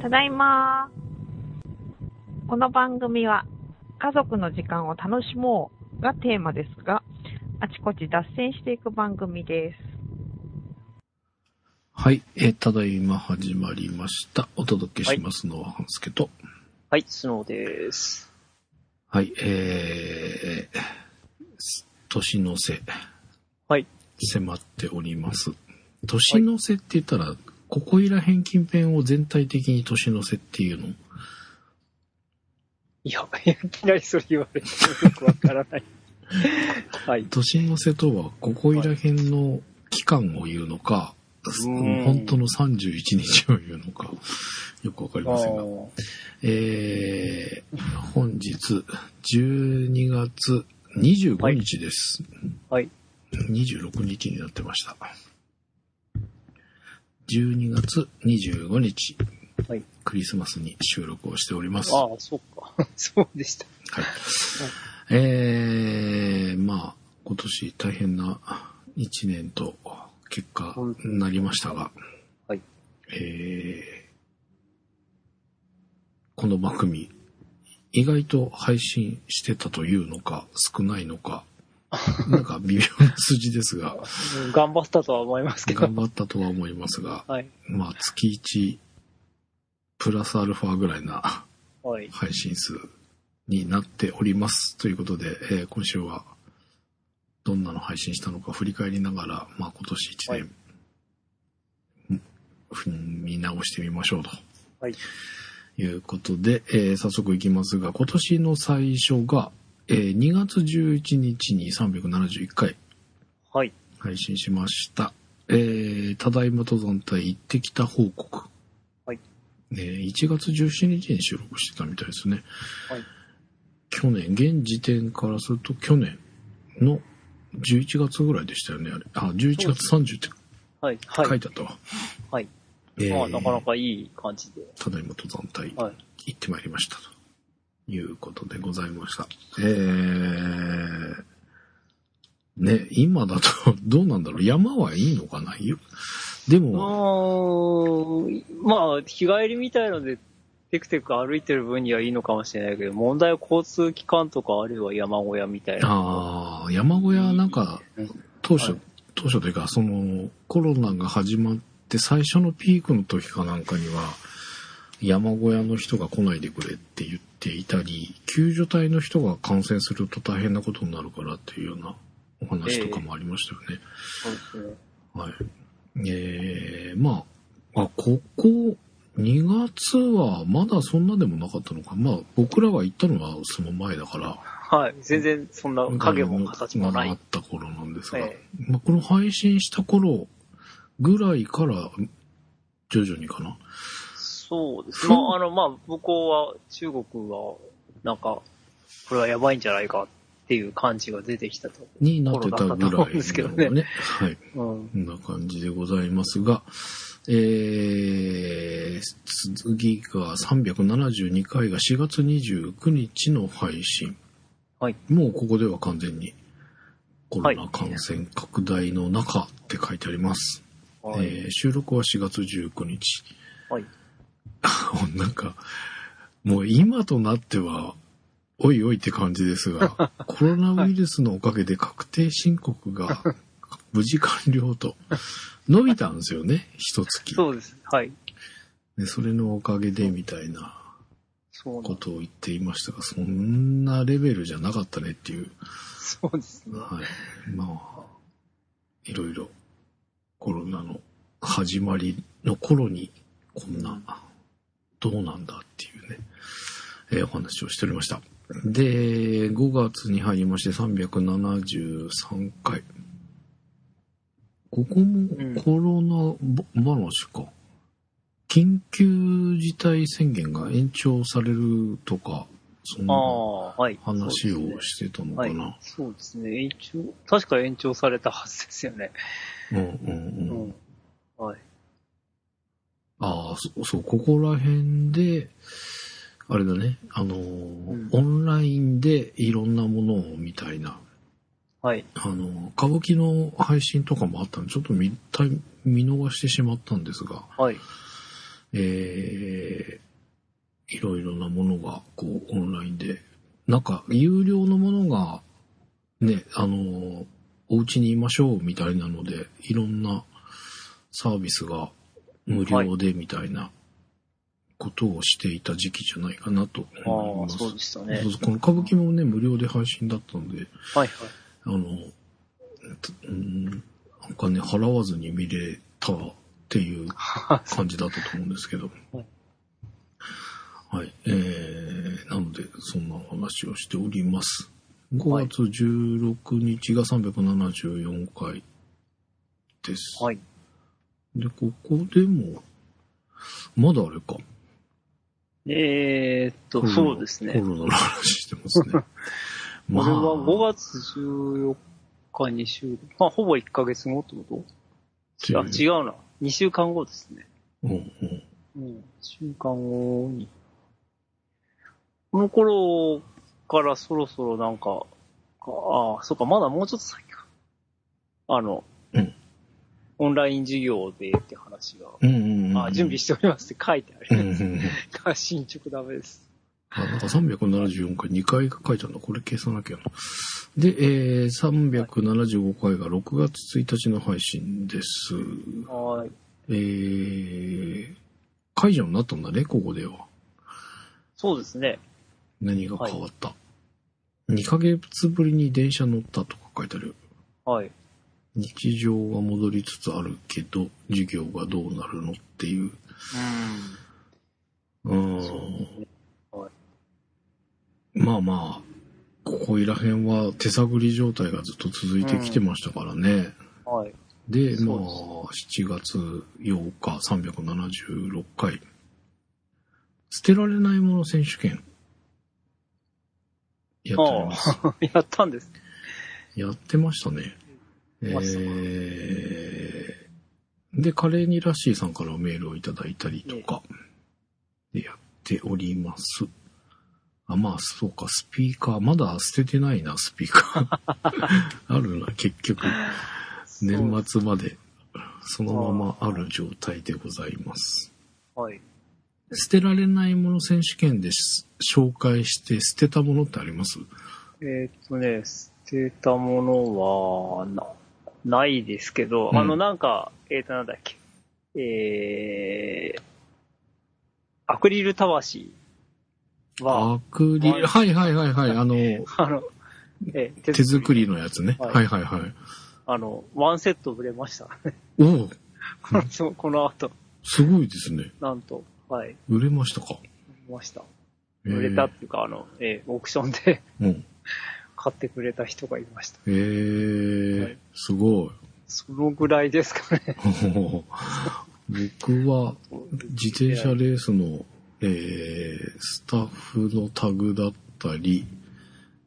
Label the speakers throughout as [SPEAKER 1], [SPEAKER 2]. [SPEAKER 1] ただいま。この番組は、家族の時間を楽しもうがテーマですが、あちこち脱線していく番組です。
[SPEAKER 2] はい、えーただいま始まりました。お届けしますのは、半助と。
[SPEAKER 3] はい、スノーです。
[SPEAKER 2] はい、えー、年の瀬。
[SPEAKER 3] はい。
[SPEAKER 2] 迫っております。年の瀬って言ったら、ここいら辺近辺を全体的に年の瀬っていうの。
[SPEAKER 3] いや、いきなりそれ言われてもよくわから ない。はい。
[SPEAKER 2] 年の瀬とは、ここいら辺の期間を言うのか、
[SPEAKER 3] ーん
[SPEAKER 2] 本当の31日を言うのか、よくわかりませんが。えー、本日12月25日です。
[SPEAKER 3] はい。
[SPEAKER 2] 26日になってました。12月25日、
[SPEAKER 3] はい
[SPEAKER 2] クリスマスに収録をしております。
[SPEAKER 3] ああ、そっか。 そうでした。
[SPEAKER 2] えー、まあ、今年大変な1年と結果になりましたが、
[SPEAKER 3] はい
[SPEAKER 2] えー、この番組、意外と配信してたというのか、少ないの か、なんか微妙な数字ですが、
[SPEAKER 3] うん頑張ったとは思いますけど
[SPEAKER 2] 頑。張ったとは思いますが、
[SPEAKER 3] はい。
[SPEAKER 2] まあ、月1、プラスアルファぐらいな
[SPEAKER 3] はい。
[SPEAKER 2] 配信数になっております。ということで、えー今週はどんなの配信したのか振り返りながら、まあ、今年1
[SPEAKER 3] はい
[SPEAKER 2] 年、うんふん見直してみましょうと。
[SPEAKER 3] はい。
[SPEAKER 2] いうことで、えー早速いきますが、今年の最初が、えー2月11日に371回
[SPEAKER 3] はい。
[SPEAKER 2] 配信しました。えーただいま登山隊行ってきた報告。
[SPEAKER 3] はい。
[SPEAKER 2] ね、1月17日に収録してたみたいですね。
[SPEAKER 3] はい。
[SPEAKER 2] 去年、現時点からすると去年の11月ぐらいでしたよね、あれ。あ、11月30って
[SPEAKER 3] はい。はい。
[SPEAKER 2] 書いてあったわ。
[SPEAKER 3] はい。
[SPEAKER 2] えー
[SPEAKER 3] まあ、なかなかいい感じで。
[SPEAKER 2] ただいま登山隊
[SPEAKER 3] はい
[SPEAKER 2] 行ってまいりましたということでございました。えー、ね、今だと どうなんだろう山はいいのかないよ。で
[SPEAKER 3] う
[SPEAKER 2] も、
[SPEAKER 3] ーん。まあ、日帰りみたいので、テクテク歩いてる分にはいいのかもしれないけど、問題は交通機関とか、あるいは山小屋みたいな。
[SPEAKER 2] あー山小屋はなんか
[SPEAKER 3] うん
[SPEAKER 2] 当初、
[SPEAKER 3] はい
[SPEAKER 2] 当初というかそのコロナが始まって最初のピークの時かなんかには山小屋の人が来ないでくれって言っていたり救助隊の人が感染すると大変なことになるからっていうようなお話とかもありましたよね。
[SPEAKER 3] そうですね。
[SPEAKER 2] はい。えー、まあ、あ、ここ、2月はまだそんなでもなかったのか。まあ、僕らが行ったのはその前だから、
[SPEAKER 3] はい。全然、そんな影も形もな
[SPEAKER 2] あっ
[SPEAKER 3] い。
[SPEAKER 2] た頃なんですが、
[SPEAKER 3] え
[SPEAKER 2] まあ、この配信した頃ぐらいから、徐々にかな。
[SPEAKER 3] そうです。
[SPEAKER 2] ふん
[SPEAKER 3] まあ、あの、まあ、向こうは、中国は、なんか、これはやばいんじゃないかっていう感じが出てきたと。
[SPEAKER 2] になってたぐらいなの
[SPEAKER 3] 頃だったと思
[SPEAKER 2] が
[SPEAKER 3] うんですけどね
[SPEAKER 2] ね。はい。
[SPEAKER 3] うん。
[SPEAKER 2] こんな感じでございますが、えー、次が372回が4月29日の配信。
[SPEAKER 3] はい
[SPEAKER 2] もうここでは完全にコロナ感染拡大の中って書いてあります。
[SPEAKER 3] はい。
[SPEAKER 2] えー収録は4月19日。
[SPEAKER 3] はい。
[SPEAKER 2] なんか、もう今となっては、おいおいって感じです が、コロナウイルスのおかげで確定申告が無事完了と、伸びたんですよね、一月。
[SPEAKER 3] そうです。はい。
[SPEAKER 2] でそれのおかげでみたいな
[SPEAKER 3] そうな
[SPEAKER 2] こ
[SPEAKER 3] ん
[SPEAKER 2] とを言っていましたが、そんなレベルじゃなかったねっていう、
[SPEAKER 3] そうですね。
[SPEAKER 2] はい。まあ、いろいろコロナの始まりの頃に、こんな、どうなんだっていうね、えーお話をしておりました。で、5月に入りまして373回。ここ
[SPEAKER 3] うん
[SPEAKER 2] もコロナば話か。緊急事態宣言が延長されるとか、そん
[SPEAKER 3] あ
[SPEAKER 2] な
[SPEAKER 3] あ、はい。
[SPEAKER 2] 話
[SPEAKER 3] そうで
[SPEAKER 2] を
[SPEAKER 3] す
[SPEAKER 2] してたの
[SPEAKER 3] ね
[SPEAKER 2] か
[SPEAKER 3] は
[SPEAKER 2] な。
[SPEAKER 3] い。そうですね。延長、確か延長されたはずですよね。
[SPEAKER 2] うんう
[SPEAKER 3] うん
[SPEAKER 2] うん。
[SPEAKER 3] ん。はい。
[SPEAKER 2] ああ、そそう、ここら辺で、あれだね、あのー、
[SPEAKER 3] ん
[SPEAKER 2] オンラインでいろんなものをみたいな、
[SPEAKER 3] はい。
[SPEAKER 2] あのー、歌舞伎の配信とかもあったんで、ちょっと見た見逃してしまったんですが、
[SPEAKER 3] はい。
[SPEAKER 2] えー、いろいろなものが、こう、オンラインで、なんか、有料のものが、ね、あのー、お家にいましょうみたいなので、いろんなサービスが無料でみたいなことをしていた時期じゃないかなと
[SPEAKER 3] あ
[SPEAKER 2] 思
[SPEAKER 3] あ、
[SPEAKER 2] います。
[SPEAKER 3] そうでしたね。
[SPEAKER 2] そうそうこの歌舞伎もね、無料で配信だったので、
[SPEAKER 3] はいはい。
[SPEAKER 2] あの、たうん、お金払わずに見れたって いう感じだったと思うんですけど
[SPEAKER 3] はい。
[SPEAKER 2] はい。えー、なので、そんなお話をしております。
[SPEAKER 3] はい
[SPEAKER 2] 5月16日が374回です。
[SPEAKER 3] はい。
[SPEAKER 2] で、ここでも、まだあれか。
[SPEAKER 3] えーっと、そうです
[SPEAKER 2] コ
[SPEAKER 3] ね。
[SPEAKER 2] ロナの話してます ね。
[SPEAKER 3] これは5月14日に週、まあ、ほぼ1ヶ月後ってこ
[SPEAKER 2] 月
[SPEAKER 3] とあ、違うな。2週間後ですね。
[SPEAKER 2] うんうん。
[SPEAKER 3] うん、週間後に。この頃からそろそろなんか、ああ、そうか、まだもうちょっと先か。あの、
[SPEAKER 2] うん
[SPEAKER 3] オンライン授業でって話が、
[SPEAKER 2] うんうんうん。
[SPEAKER 3] あ準備しておりますって書いてあ
[SPEAKER 2] うん
[SPEAKER 3] る。
[SPEAKER 2] うんうん。
[SPEAKER 3] 進捗ダメです。
[SPEAKER 2] あ、なんか374回、2回が書いてあるの。これ消さなきゃな。で、えー、375回が6月1日の配信です。
[SPEAKER 3] はい。
[SPEAKER 2] えー、解除になったんだね、ここでは。
[SPEAKER 3] そうですね。
[SPEAKER 2] 何が変わった、?2 ヶ月ぶりに電車乗ったとか書いてある。
[SPEAKER 3] はい。
[SPEAKER 2] 日常が戻りつつあるけど、授業がどうなるのっていう。う
[SPEAKER 3] そ
[SPEAKER 2] ん。
[SPEAKER 3] う
[SPEAKER 2] まあまあ、ここいら辺は手探り状態がずっと続いてきてましたからね。
[SPEAKER 3] はい。
[SPEAKER 2] で、まあ、
[SPEAKER 3] そ
[SPEAKER 2] 7月8日、376回。捨てられないもの選手権。やっております。
[SPEAKER 3] ああ、 やったんです。
[SPEAKER 2] やってましたね。え
[SPEAKER 3] ましたか
[SPEAKER 2] ー、で、カレーにラッシーさんからメールをいただいたりとか、でやっております。あ、まあ、そうか、スピーカー。まだ捨ててないな、スピー カー。あるな、結局。年末まで、そのままある状態でございます。
[SPEAKER 3] そう。はい。
[SPEAKER 2] 捨てられないもの選手権でし紹介して捨てたものってあります
[SPEAKER 3] えーっとね、捨てたものは、な、ないですけど、
[SPEAKER 2] うん
[SPEAKER 3] あの、なんか、えーっと、なんだっけ、えー、アクリルたわしは、
[SPEAKER 2] アクリ
[SPEAKER 3] は
[SPEAKER 2] ル、
[SPEAKER 3] い
[SPEAKER 2] はいはいはいはい、あの、
[SPEAKER 3] あの、えー
[SPEAKER 2] 手作りのやつね。
[SPEAKER 3] はい
[SPEAKER 2] はいはいはい。
[SPEAKER 3] あの、ワンセット売れました。
[SPEAKER 2] おおう
[SPEAKER 3] この そうこの後、
[SPEAKER 2] すごいですね。
[SPEAKER 3] なんと、はい、
[SPEAKER 2] 売れましたか。
[SPEAKER 3] 売れました。売れたっていうか、あの、えーオークションで
[SPEAKER 2] えーうん。
[SPEAKER 3] 買ってくれた人がいました。
[SPEAKER 2] えー
[SPEAKER 3] はい
[SPEAKER 2] すごい。
[SPEAKER 3] そのぐらいですかね。
[SPEAKER 2] 僕は自転車レースの、えースタッフのタグだったり、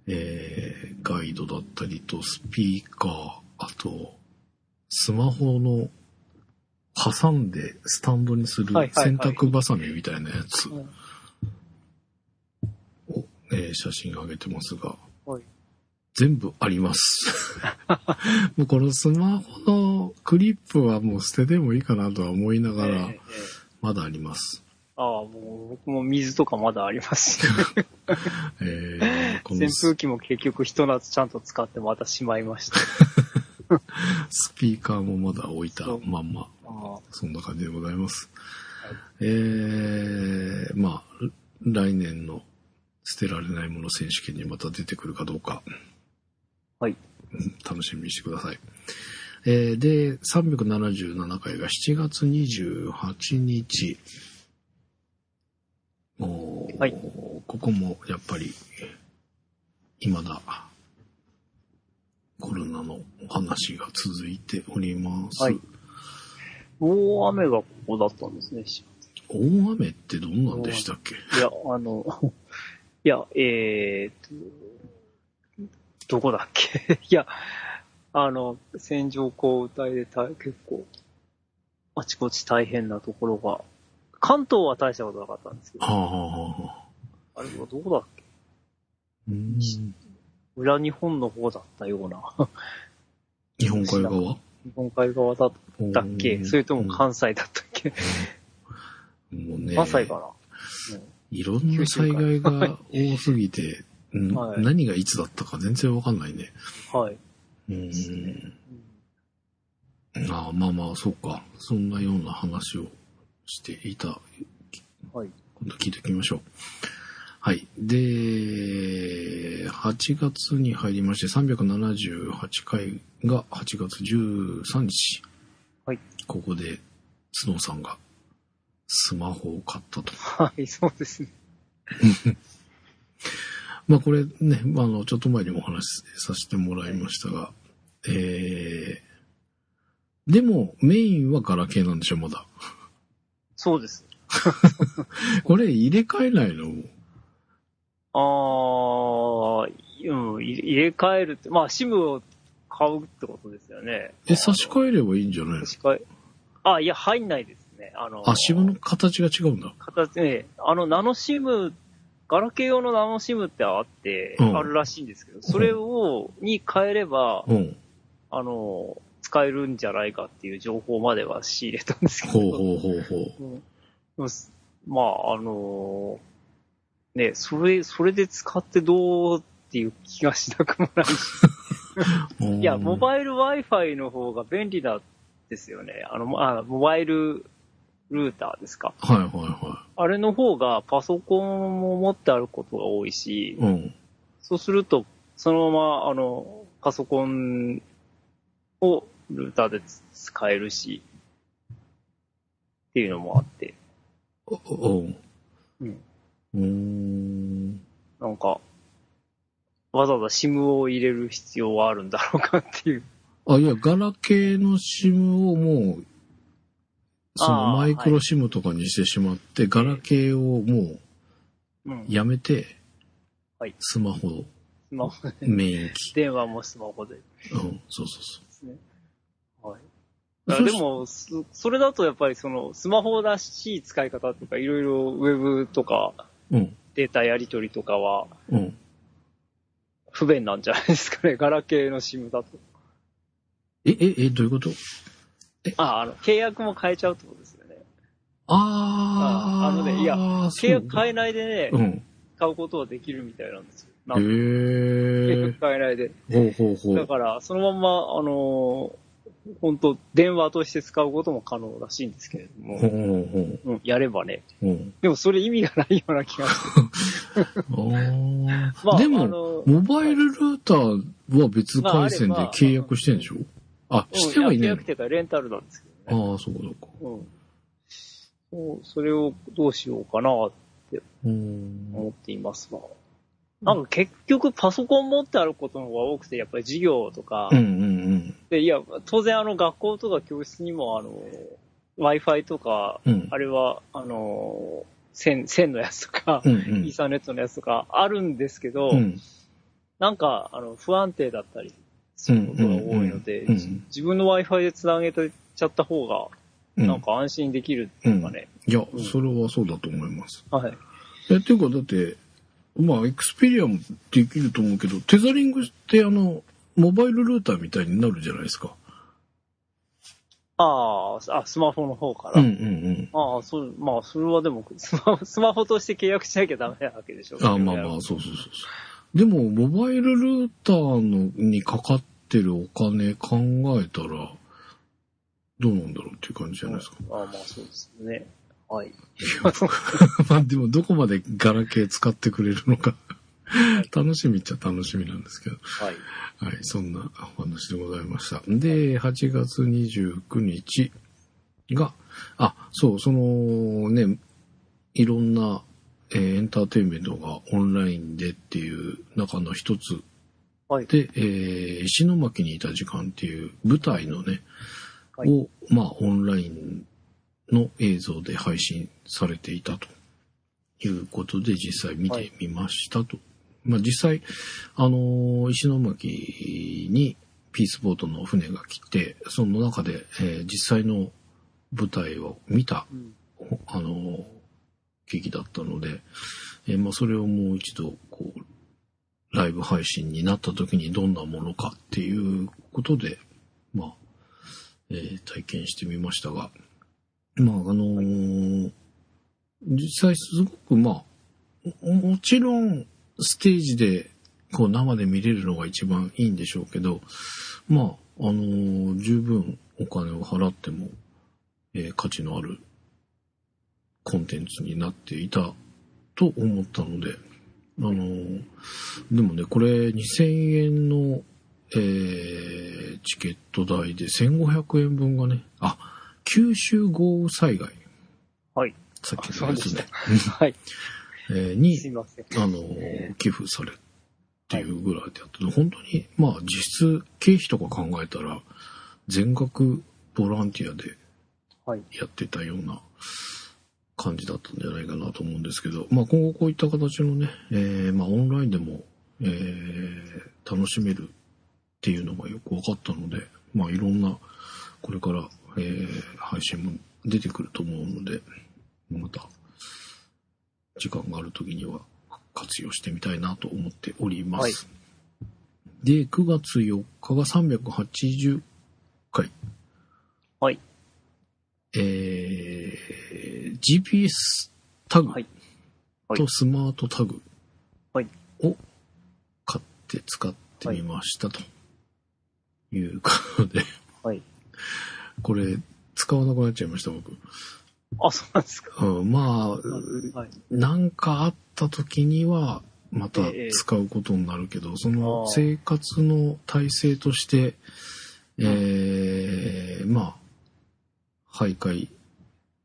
[SPEAKER 2] えーガイドだったりとスピーカー、あと、スマホの挟んでスタンドにする
[SPEAKER 3] はいはいはい
[SPEAKER 2] 洗濯バサミみたいなやつ
[SPEAKER 3] うん
[SPEAKER 2] を、えー写真上げてますが、
[SPEAKER 3] はい
[SPEAKER 2] 全部あります。 もうこのスマホのクリップはもう捨ててもいいかなとは思いながら、
[SPEAKER 3] えーえー
[SPEAKER 2] まだあります。
[SPEAKER 3] ああ、もう僕も水とかまだありますし、
[SPEAKER 2] えー、この
[SPEAKER 3] 扇
[SPEAKER 2] ス
[SPEAKER 3] 風機も結局ひと夏ちゃんと使ってまたしまいました。
[SPEAKER 2] スピーカーもまだ置いたまんま、
[SPEAKER 3] あ
[SPEAKER 2] そんな感じでございます。えー、まあ、来年の捨てられないもの選手権にまた出てくるかどうか、
[SPEAKER 3] はい
[SPEAKER 2] うん。楽しみにしてください。えー、で、377回が7月28日。おー
[SPEAKER 3] はい
[SPEAKER 2] ここもやっぱり、未だコロナのお話が続いております。
[SPEAKER 3] はい大雨がここだったんですね。い
[SPEAKER 2] 大雨ってどんなんでしたっけ
[SPEAKER 3] や、あの、 いや、えーっと、どこだっけ いや、あの、線状降雨帯でた結構、あちこち大変なところが、関東は大したことなかったんですけど、
[SPEAKER 2] はあ、はあはあ、
[SPEAKER 3] あれはどこだっけ
[SPEAKER 2] うん
[SPEAKER 3] 裏日本の方だったような、
[SPEAKER 2] 日本海側
[SPEAKER 3] 日本海側だったっけそれとも
[SPEAKER 2] 関
[SPEAKER 3] 関西だったっけ
[SPEAKER 2] もうね、
[SPEAKER 3] 何歳かな。
[SPEAKER 2] いろんな災害が多すぎて、うん
[SPEAKER 3] はい
[SPEAKER 2] 何がいつだったか全然わかんないね。
[SPEAKER 3] うんはい。
[SPEAKER 2] うん
[SPEAKER 3] ですね
[SPEAKER 2] ああまあまあ、そうか。そんなような話をしていた。
[SPEAKER 3] はい。
[SPEAKER 2] 今度聞いておきましょう。はい。で、8月に入りまして、378回が8月13日。
[SPEAKER 3] はい。
[SPEAKER 2] ここで、スノーさんがスマホを買ったと。
[SPEAKER 3] はい、そうですね。
[SPEAKER 2] まあこれね、まあ、あの、ちょっと前にもお話しさせてもらいましたが、えー、でもメインはガラケーなんでしょ、まだ。
[SPEAKER 3] そうです。
[SPEAKER 2] これ入れ替えないの
[SPEAKER 3] あー、うん、い入れ替えるって、まあ、シムを買うってことですよね。
[SPEAKER 2] え、差し替えればいいんじゃないの
[SPEAKER 3] 差し替え。あ、いや、入んないですね。あの、
[SPEAKER 2] あ、シムの形が違うんだ。
[SPEAKER 3] 形、ね、あの、ナノシム、ガラケー用のナノシムってあって、
[SPEAKER 2] うん
[SPEAKER 3] あるらしいんですけど、それを、に変えれば、
[SPEAKER 2] うん。
[SPEAKER 3] あの、使えるんじゃないかっていう情報までは仕入れたんですけど。
[SPEAKER 2] ほうほうほうほう。
[SPEAKER 3] うんまあすまあ、あのーね、それ、それで使ってどうっていう気がしなくもないし。
[SPEAKER 2] うん
[SPEAKER 3] いや、モバイル Wi-Fi の方が便利なんですよね。あの、まあ、モバイルルーターですか。
[SPEAKER 2] はいはいは
[SPEAKER 3] あれの方がパソコンも持ってあることが多いし
[SPEAKER 2] い。、うん。
[SPEAKER 3] そうすると、そのまま、あの、パソコンをルーターでつ使えるし、っていうのもあって、
[SPEAKER 2] おお
[SPEAKER 3] うん
[SPEAKER 2] うーん。
[SPEAKER 3] なんか、わざわざ SIM を入れる必要はあるんだろうかっていう。
[SPEAKER 2] あ、いや、ガラケーのシムをもう、その
[SPEAKER 3] あー
[SPEAKER 2] マイクロシムとかにしてしまって、ガラケーをもう、
[SPEAKER 3] うん。
[SPEAKER 2] やめて、
[SPEAKER 3] はい
[SPEAKER 2] スマホ、
[SPEAKER 3] スマホで、
[SPEAKER 2] メイン機。
[SPEAKER 3] 電話もスマホでで
[SPEAKER 2] うん、そうそうそ
[SPEAKER 3] すね。はい。
[SPEAKER 2] う。
[SPEAKER 3] あでも、そそれだとやっぱりその、スマホらしい使い方とか、いろいろウェブとか、
[SPEAKER 2] うん、
[SPEAKER 3] データやり取りとかは
[SPEAKER 2] うん。
[SPEAKER 3] 不便なんじゃないですかね。ガ ラケーの SIM だと。
[SPEAKER 2] え、え、え、どういうこと
[SPEAKER 3] あ、あの、契約も変えちゃうってことですよね。
[SPEAKER 2] あー。
[SPEAKER 3] ああのねいや
[SPEAKER 2] そう
[SPEAKER 3] 契約変えないでね、
[SPEAKER 2] うん。
[SPEAKER 3] 買うことはできるみたいなんですよ。な
[SPEAKER 2] へ
[SPEAKER 3] んか契約
[SPEAKER 2] え。
[SPEAKER 3] 変えないで。
[SPEAKER 2] ほうほうほ
[SPEAKER 3] だ
[SPEAKER 2] う。
[SPEAKER 3] から、そのまんま、あのー本当電話として使うことも可能らしいんですけれど
[SPEAKER 2] ほう
[SPEAKER 3] も、
[SPEAKER 2] ほ
[SPEAKER 3] うん、やればね。
[SPEAKER 2] うほう。
[SPEAKER 3] でも、それ意味がないような気が する。
[SPEAKER 2] うん。あ
[SPEAKER 3] ま
[SPEAKER 2] ー。
[SPEAKER 3] あ、
[SPEAKER 2] で
[SPEAKER 3] あ
[SPEAKER 2] も、
[SPEAKER 3] の
[SPEAKER 2] モバイルルーターは別回線で
[SPEAKER 3] まああれまあ
[SPEAKER 2] 契約してんでしょあ、してはいね
[SPEAKER 3] ね
[SPEAKER 2] え
[SPEAKER 3] な
[SPEAKER 2] の
[SPEAKER 3] くてか、レンタルなんですけどね。
[SPEAKER 2] ああ、そうかそうか。
[SPEAKER 3] うん。そうそれをどうしようかなと
[SPEAKER 2] うーん。
[SPEAKER 3] 思っていますわ。なんか結局パソコン持ってあることの方が多くて、やっぱり授業とか、
[SPEAKER 2] うんうん
[SPEAKER 3] で、いや、当然あの学校とか教室にもあの、Wi-Fi とか、
[SPEAKER 2] うん。うん。
[SPEAKER 3] あれは、あの、線、線のやつとか、
[SPEAKER 2] うんう
[SPEAKER 3] イー
[SPEAKER 2] ん。
[SPEAKER 3] サネットのやつとかあるんですけど、
[SPEAKER 2] うん。
[SPEAKER 3] なんか、あの、不安定だったりすることが多いので、
[SPEAKER 2] うんうんうんうん
[SPEAKER 3] 自分の Wi-Fi で繋げてちゃった方が、
[SPEAKER 2] うん
[SPEAKER 3] なんか安心できるっていうかね。
[SPEAKER 2] いや
[SPEAKER 3] う、ん
[SPEAKER 2] それはそうだと思います。
[SPEAKER 3] はい。
[SPEAKER 2] え、っていうか、だって、まあ、エクスペリアもできると思うけど、テザリングって、あの、モバイルルーターみたいになるじゃないですか。
[SPEAKER 3] あーあ、スマホの方から。
[SPEAKER 2] うんうん。
[SPEAKER 3] ああ、そう、まあ、それはでも、 スマホ、スマホとして契約しなきゃダメなわけでしょ。
[SPEAKER 2] あまあまあ、そうそうそうそう。でも、モバイルルーターのにかかってるお金考えたら、どうなんだろうっていう感じじゃないですか。
[SPEAKER 3] ああ、まあ、そうですよね。 はい。
[SPEAKER 2] まあ、でも、どこまでガラケー使ってくれるのか、 楽しみっちゃ楽しみなんですけど。
[SPEAKER 3] はい。
[SPEAKER 2] はい、そんなお話でございました。で、8月29日が、あ、そう、そのね、いろんな、えーエンターテインメントがオンラインでっていう中の一つ
[SPEAKER 3] はい。
[SPEAKER 2] で、えー石巻にいた時間っていう舞台のね、
[SPEAKER 3] はい
[SPEAKER 2] を、まあ、オンラインの映像で配信されていたということで、実際見てみましたと。まあ、実際、あのー石巻にピースボートの船が来て、その中で、えー実際の舞台を見た
[SPEAKER 3] うん。
[SPEAKER 2] あの、劇だったので、えーまあ、それをもう一度、こう、ライブ配信になった時にどんなものかっていうことで、まあ、えー体験してみましたが、まあ、あのー実際すごくまあ、ももちろんステージでこう生で見れるのが一番いいんでしょうけど、まあ、あのー十分お金を払っても、えー価値のあるコンテンツになっていたと思ったので、あのーでもね、これ2000円の、えーチケット代で1500円分がね、あ、九州豪雨災害。
[SPEAKER 3] はい。
[SPEAKER 2] さっきのやつね。
[SPEAKER 3] はい。
[SPEAKER 2] えーに
[SPEAKER 3] すいません。
[SPEAKER 2] あの、寄付されっていうぐらいでやってて、本当に、まあ実質経費とか考えたら、全額ボランティアで
[SPEAKER 3] はい。
[SPEAKER 2] やってたような感じだったんじゃないかなと思うんですけど、まあ今後こういった形のね、えーまあオンラインでも、えー楽しめるっていうのがよく分かったので、まあいろんな、これから、えー配信も出てくると思うので、また、時間がある時には活用してみたいなと思っております。
[SPEAKER 3] はい
[SPEAKER 2] で、9月4日が380回。
[SPEAKER 3] はい。
[SPEAKER 2] えー GPS タグ
[SPEAKER 3] はいはい
[SPEAKER 2] とスマートタグ
[SPEAKER 3] はい
[SPEAKER 2] を買って使ってみましたということで、
[SPEAKER 3] はい。
[SPEAKER 2] これ使わなくなっちゃいました僕。
[SPEAKER 3] あ、そうなんですか。
[SPEAKER 2] うんまあ、
[SPEAKER 3] はい。
[SPEAKER 2] なんかあった時にはまた
[SPEAKER 3] ええ
[SPEAKER 2] 使うことになるけど、その
[SPEAKER 3] ああ
[SPEAKER 2] 生活の体制として、えーまあ、徘徊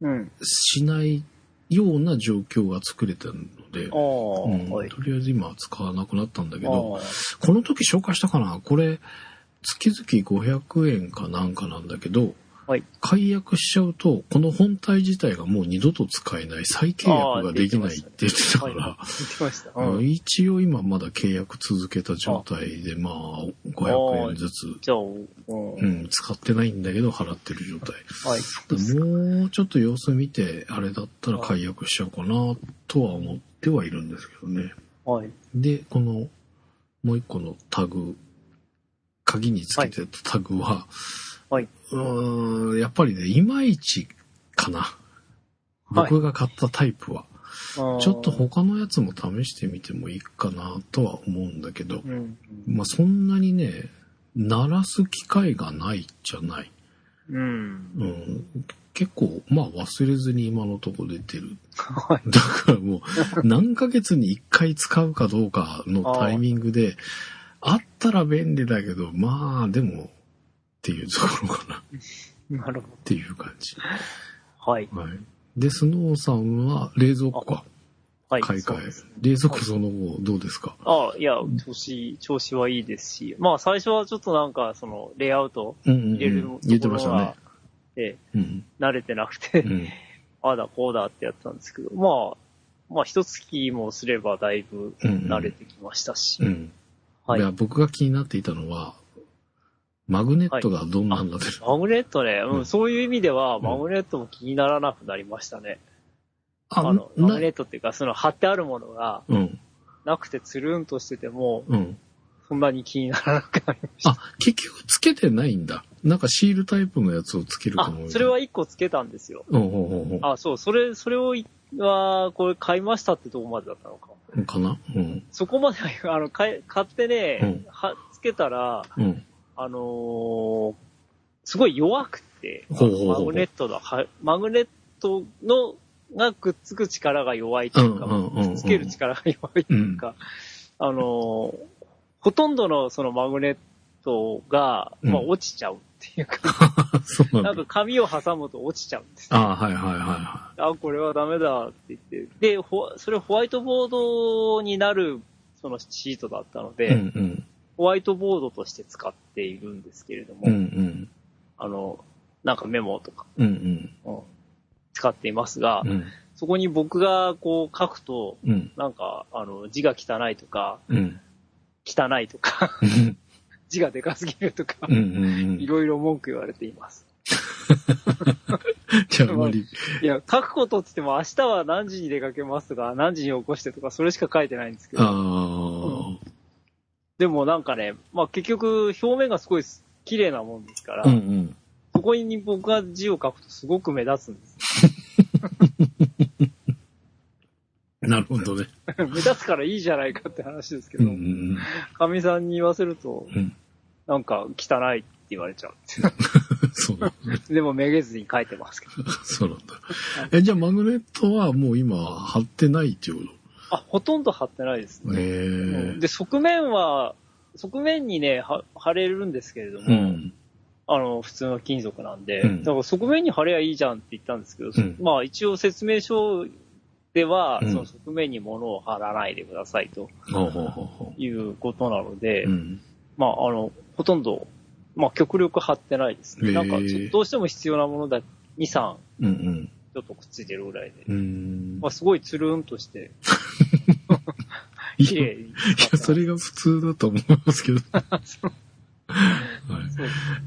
[SPEAKER 3] うん。
[SPEAKER 2] しないような状況が作れたので
[SPEAKER 3] あ、あ、
[SPEAKER 2] うん
[SPEAKER 3] はい。
[SPEAKER 2] とりあえず今は使わなくなったんだけ
[SPEAKER 3] あ
[SPEAKER 2] ど、
[SPEAKER 3] あ、
[SPEAKER 2] この時紹介したかなこれ、月々500円かなんかなんだけど、
[SPEAKER 3] はい
[SPEAKER 2] 解約しちゃうと、この本体自体がもう二度と使えない、再契約ができないって言ってたから、
[SPEAKER 3] あ言ってました。
[SPEAKER 2] あの
[SPEAKER 3] うん。
[SPEAKER 2] 一応今まだ契約続けた状態で、まあ、500円ずつ、
[SPEAKER 3] じゃあ、うん。
[SPEAKER 2] うん、使ってないんだけど払ってる状態。
[SPEAKER 3] はい。
[SPEAKER 2] もうちょっと様子見て、あれだったら解約しちゃおうかなとは思ってはいるんですけどね。
[SPEAKER 3] はい。
[SPEAKER 2] で、この、もう一個のタグ、鍵につけてたタグは、
[SPEAKER 3] はいう
[SPEAKER 2] ーん、やっぱりね、いまいちかな。
[SPEAKER 3] はい
[SPEAKER 2] 僕が買ったタイプは。
[SPEAKER 3] ちょ
[SPEAKER 2] ちょっと、他のやつも試してみてもいいかなとは思うんだけど、
[SPEAKER 3] うん。
[SPEAKER 2] まあそんなにね、鳴らす機会がないじゃない。
[SPEAKER 3] うん。
[SPEAKER 2] うん、結構、まあ忘れずに今のとこ出てる。
[SPEAKER 3] はい。
[SPEAKER 2] だからもう、何ヶ月に1回使うかどうかのタイミングで、あったら便利だけど、まあでも、っていうところかなっ
[SPEAKER 3] なるほ
[SPEAKER 2] ていう感じ。
[SPEAKER 3] ど。はい。
[SPEAKER 2] はい。で、スノーさんは冷蔵庫か。
[SPEAKER 3] はい。
[SPEAKER 2] 買い
[SPEAKER 3] そう
[SPEAKER 2] 替
[SPEAKER 3] で
[SPEAKER 2] え
[SPEAKER 3] す。
[SPEAKER 2] 冷蔵庫その後どうですか
[SPEAKER 3] ああ、いや、調子、調子はいいですし、まあ最初はちょっとなんか、その、レイアウト
[SPEAKER 2] うんうんうん
[SPEAKER 3] 入れるところが、
[SPEAKER 2] 言ってましたね。
[SPEAKER 3] え
[SPEAKER 2] うん。
[SPEAKER 3] え慣れてなくて、
[SPEAKER 2] うん。
[SPEAKER 3] ああだこうだってやったんですけど、まあ、まあ一月もすればだいぶ
[SPEAKER 2] うん
[SPEAKER 3] 慣れてきましたし、
[SPEAKER 2] うん。
[SPEAKER 3] はい
[SPEAKER 2] いや、。僕が気になっていたのは、マグネットがどんなんだって、
[SPEAKER 3] マグネットね、うん
[SPEAKER 2] うん
[SPEAKER 3] そういう意味では、
[SPEAKER 2] ん
[SPEAKER 3] マグネットも気にならなくなりましたね。
[SPEAKER 2] あ
[SPEAKER 3] あの、マグ
[SPEAKER 2] な
[SPEAKER 3] ネットっていうか、その貼ってあるものが
[SPEAKER 2] うん、
[SPEAKER 3] なくてつるんとしてても、
[SPEAKER 2] うん。
[SPEAKER 3] そんなに気にならなくな りました。
[SPEAKER 2] あ、結局つけてないんだ。なんかシールタイプのやつをつけるか
[SPEAKER 3] あ
[SPEAKER 2] も。、
[SPEAKER 3] それは一個つけたんですよ。
[SPEAKER 2] うん、うん、うんうん
[SPEAKER 3] あ、そう、それ、それをい、は、これ買いましたってとこまでだったのか。
[SPEAKER 2] うん。かなうん、
[SPEAKER 3] そこまで、 あの、買い買ってね
[SPEAKER 2] うん、
[SPEAKER 3] は、つけたら、
[SPEAKER 2] うん。
[SPEAKER 3] あのーすごい弱くて、
[SPEAKER 2] ほうほうほう
[SPEAKER 3] マグネットの、はマグネットの、がくっつく力が弱いと
[SPEAKER 2] う
[SPEAKER 3] い
[SPEAKER 2] ん、
[SPEAKER 3] う
[SPEAKER 2] う
[SPEAKER 3] か、
[SPEAKER 2] ん、うん。
[SPEAKER 3] くっつける力が弱いというか、あのーほとんどのそのマグネットが、
[SPEAKER 2] うん
[SPEAKER 3] まあ、落ちちゃうっていうか、
[SPEAKER 2] あ そうな
[SPEAKER 3] なん
[SPEAKER 2] んだ
[SPEAKER 3] か。紙を挟むと落ちちゃうんです。
[SPEAKER 2] あはい、はい、はい、は
[SPEAKER 3] あ、これはダメだって言って、で、ほそれホワイトボードになる、そのシートだったので、
[SPEAKER 2] い。うん、うん、
[SPEAKER 3] ホワイトボードとして使っているんですけれども、
[SPEAKER 2] うん、うん。
[SPEAKER 3] あの、なんかメモとか、
[SPEAKER 2] うん、うん。
[SPEAKER 3] 使っていますが、
[SPEAKER 2] うん、
[SPEAKER 3] そこに僕がこう書くと、
[SPEAKER 2] うん、
[SPEAKER 3] なんか、あの、字が汚いとか、
[SPEAKER 2] うん。
[SPEAKER 3] 汚いとか、
[SPEAKER 2] うん、
[SPEAKER 3] 字がでかすぎるとか
[SPEAKER 2] う、ん、うん
[SPEAKER 3] い。ろいろ文句言われています。
[SPEAKER 2] じゃあ、あまり。
[SPEAKER 3] いや、書くことって言っても明日は何時に出かけますとか、何時に起こしてとか、それしか書いてないんですけ
[SPEAKER 2] あ
[SPEAKER 3] ど、
[SPEAKER 2] あ。
[SPEAKER 3] でもなんかね、まあ結局表面がすごい綺麗なもんですから、
[SPEAKER 2] うん、うん。
[SPEAKER 3] そこに僕が字を書くとすごく目立つんです。
[SPEAKER 2] なるほどね。
[SPEAKER 3] 目立つからいいじゃないかって話ですけ
[SPEAKER 2] うん
[SPEAKER 3] ど
[SPEAKER 2] う、ん
[SPEAKER 3] かみさんに言わせると、
[SPEAKER 2] うん。
[SPEAKER 3] なんか汚いって言われちゃうっていう。
[SPEAKER 2] うん。そうなんだ。
[SPEAKER 3] でもめげずに書いてますけど。
[SPEAKER 2] そうなんだ。え、じゃあマグネットはもう今貼ってないっていうこ
[SPEAKER 3] あ、ほとんど貼ってないです
[SPEAKER 2] と
[SPEAKER 3] ね。
[SPEAKER 2] へ
[SPEAKER 3] うん
[SPEAKER 2] え。
[SPEAKER 3] で、側面は、側面にね、は貼れるんですけれども、
[SPEAKER 2] うん。
[SPEAKER 3] あの、普通の金属なんで、
[SPEAKER 2] うん
[SPEAKER 3] だから側面に貼ればいいじゃんって言ったんですけど、
[SPEAKER 2] うん
[SPEAKER 3] まあ一応説明書では、
[SPEAKER 2] うん
[SPEAKER 3] その側面に物を貼らないでくださいと
[SPEAKER 2] ほうほうほうほ
[SPEAKER 3] いうことなので、
[SPEAKER 2] う。うん。
[SPEAKER 3] まああの、ほとんど、まあ極力貼ってないですね。
[SPEAKER 2] へー
[SPEAKER 3] なんかちょっとどうしても必要なものだ、2、3、
[SPEAKER 2] うん
[SPEAKER 3] ちょっとくっついてるぐらいで、
[SPEAKER 2] うん。うん。
[SPEAKER 3] まあすごいつるんとして、
[SPEAKER 2] い
[SPEAKER 3] 綺
[SPEAKER 2] や、い
[SPEAKER 3] 麗に。い
[SPEAKER 2] や、それが普通だと思います けど。はい。
[SPEAKER 3] そう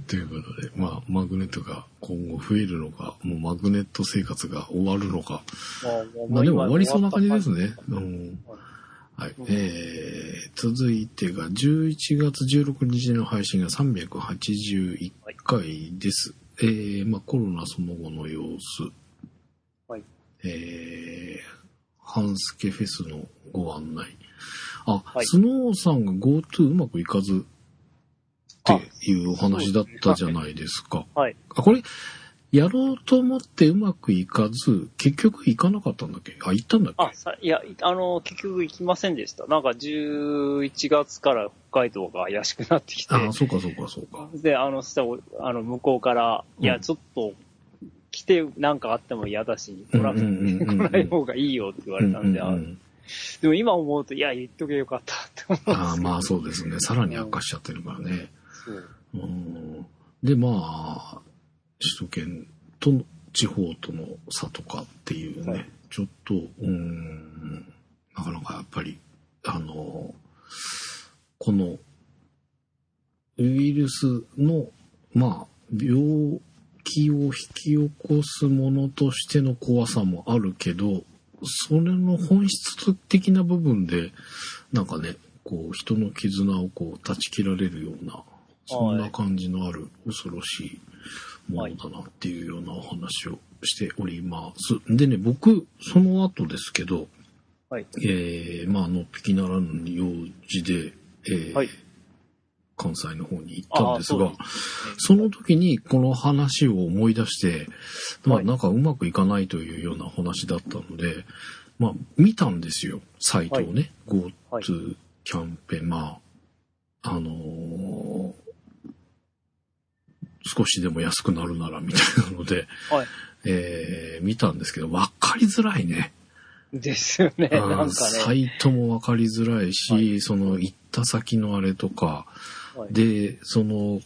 [SPEAKER 2] ということで、まあ、マグネットが今後増えるのか、もうマグネット生活が終わるのか、
[SPEAKER 3] まあもう
[SPEAKER 2] まあでも
[SPEAKER 3] 今
[SPEAKER 2] 終わりそうな感じです
[SPEAKER 3] 終わ
[SPEAKER 2] ね
[SPEAKER 3] っ。た
[SPEAKER 2] うん。
[SPEAKER 3] 感じ
[SPEAKER 2] はい
[SPEAKER 3] うん。
[SPEAKER 2] えー、続いてが11月16日の配信が381回です。えー、まあコロナその後の様子。
[SPEAKER 3] はい。
[SPEAKER 2] えー、半助フェスのご案内。あ、
[SPEAKER 3] はい
[SPEAKER 2] スノーさんが GoTo うまくいかずっていうお話だったじゃないですか。
[SPEAKER 3] はい。
[SPEAKER 2] あ、これ、やろうと思ってうまくいかず、結局行かなかったんだっけあ、行ったんだっけ
[SPEAKER 3] あ、さいや、いあの、結局行きませんでした。なんか11月から北海道が怪しくなってきて、
[SPEAKER 2] あ、そうかそうかそうか。
[SPEAKER 3] で、あの、そしたらおあの、向こうから、いや、
[SPEAKER 2] うん
[SPEAKER 3] ちょっと、来てなんかあっても嫌だし、来な,、
[SPEAKER 2] うんうんうんうん
[SPEAKER 3] 来ない方がいいよって言われたんで、
[SPEAKER 2] う
[SPEAKER 3] あ
[SPEAKER 2] んうんうん
[SPEAKER 3] でも今思うと、いや、言っとけよかったって思うんです
[SPEAKER 2] あ
[SPEAKER 3] けど。
[SPEAKER 2] まあそうですね。さらに悪化しちゃってるからね。
[SPEAKER 3] そう
[SPEAKER 2] うん、で、まあ、首都圏との地方との差とかっていうね、
[SPEAKER 3] はい
[SPEAKER 2] ちょっと、うん、なかなかやっぱり、あの、このウイルスの、まあ、病気を引き起こすものとしての怖さもあるけど、それの本質的な部分で、なんかね、こう、人の絆をこう、断ち切られるような、そんな感じのある恐ろしいものだなっていうようなお話をしております。でね、僕、その後ですけど、
[SPEAKER 3] はい。
[SPEAKER 2] えー、まあ、のっぴきならぬ用事で、えー
[SPEAKER 3] はい。
[SPEAKER 2] 関西の方に行ったんです
[SPEAKER 3] あ
[SPEAKER 2] が
[SPEAKER 3] ー、
[SPEAKER 2] その時にこの話を思い出して、ま
[SPEAKER 3] は
[SPEAKER 2] あ、
[SPEAKER 3] い
[SPEAKER 2] なんかうまくいかないというようなお話だったので、まあ、見たんですよ、サイトをね。
[SPEAKER 3] はい
[SPEAKER 2] GoTo キャンペーン、まあ、あのー少しでも安くなるならみたいなので、
[SPEAKER 3] はい
[SPEAKER 2] えー見たんですけど、わかりづらいね。
[SPEAKER 3] ですよね、
[SPEAKER 2] うん
[SPEAKER 3] なんか
[SPEAKER 2] サ
[SPEAKER 3] ね。
[SPEAKER 2] イトも分かりづらいし、
[SPEAKER 3] はい
[SPEAKER 2] その行った先のあれとか、
[SPEAKER 3] はい
[SPEAKER 2] で、その、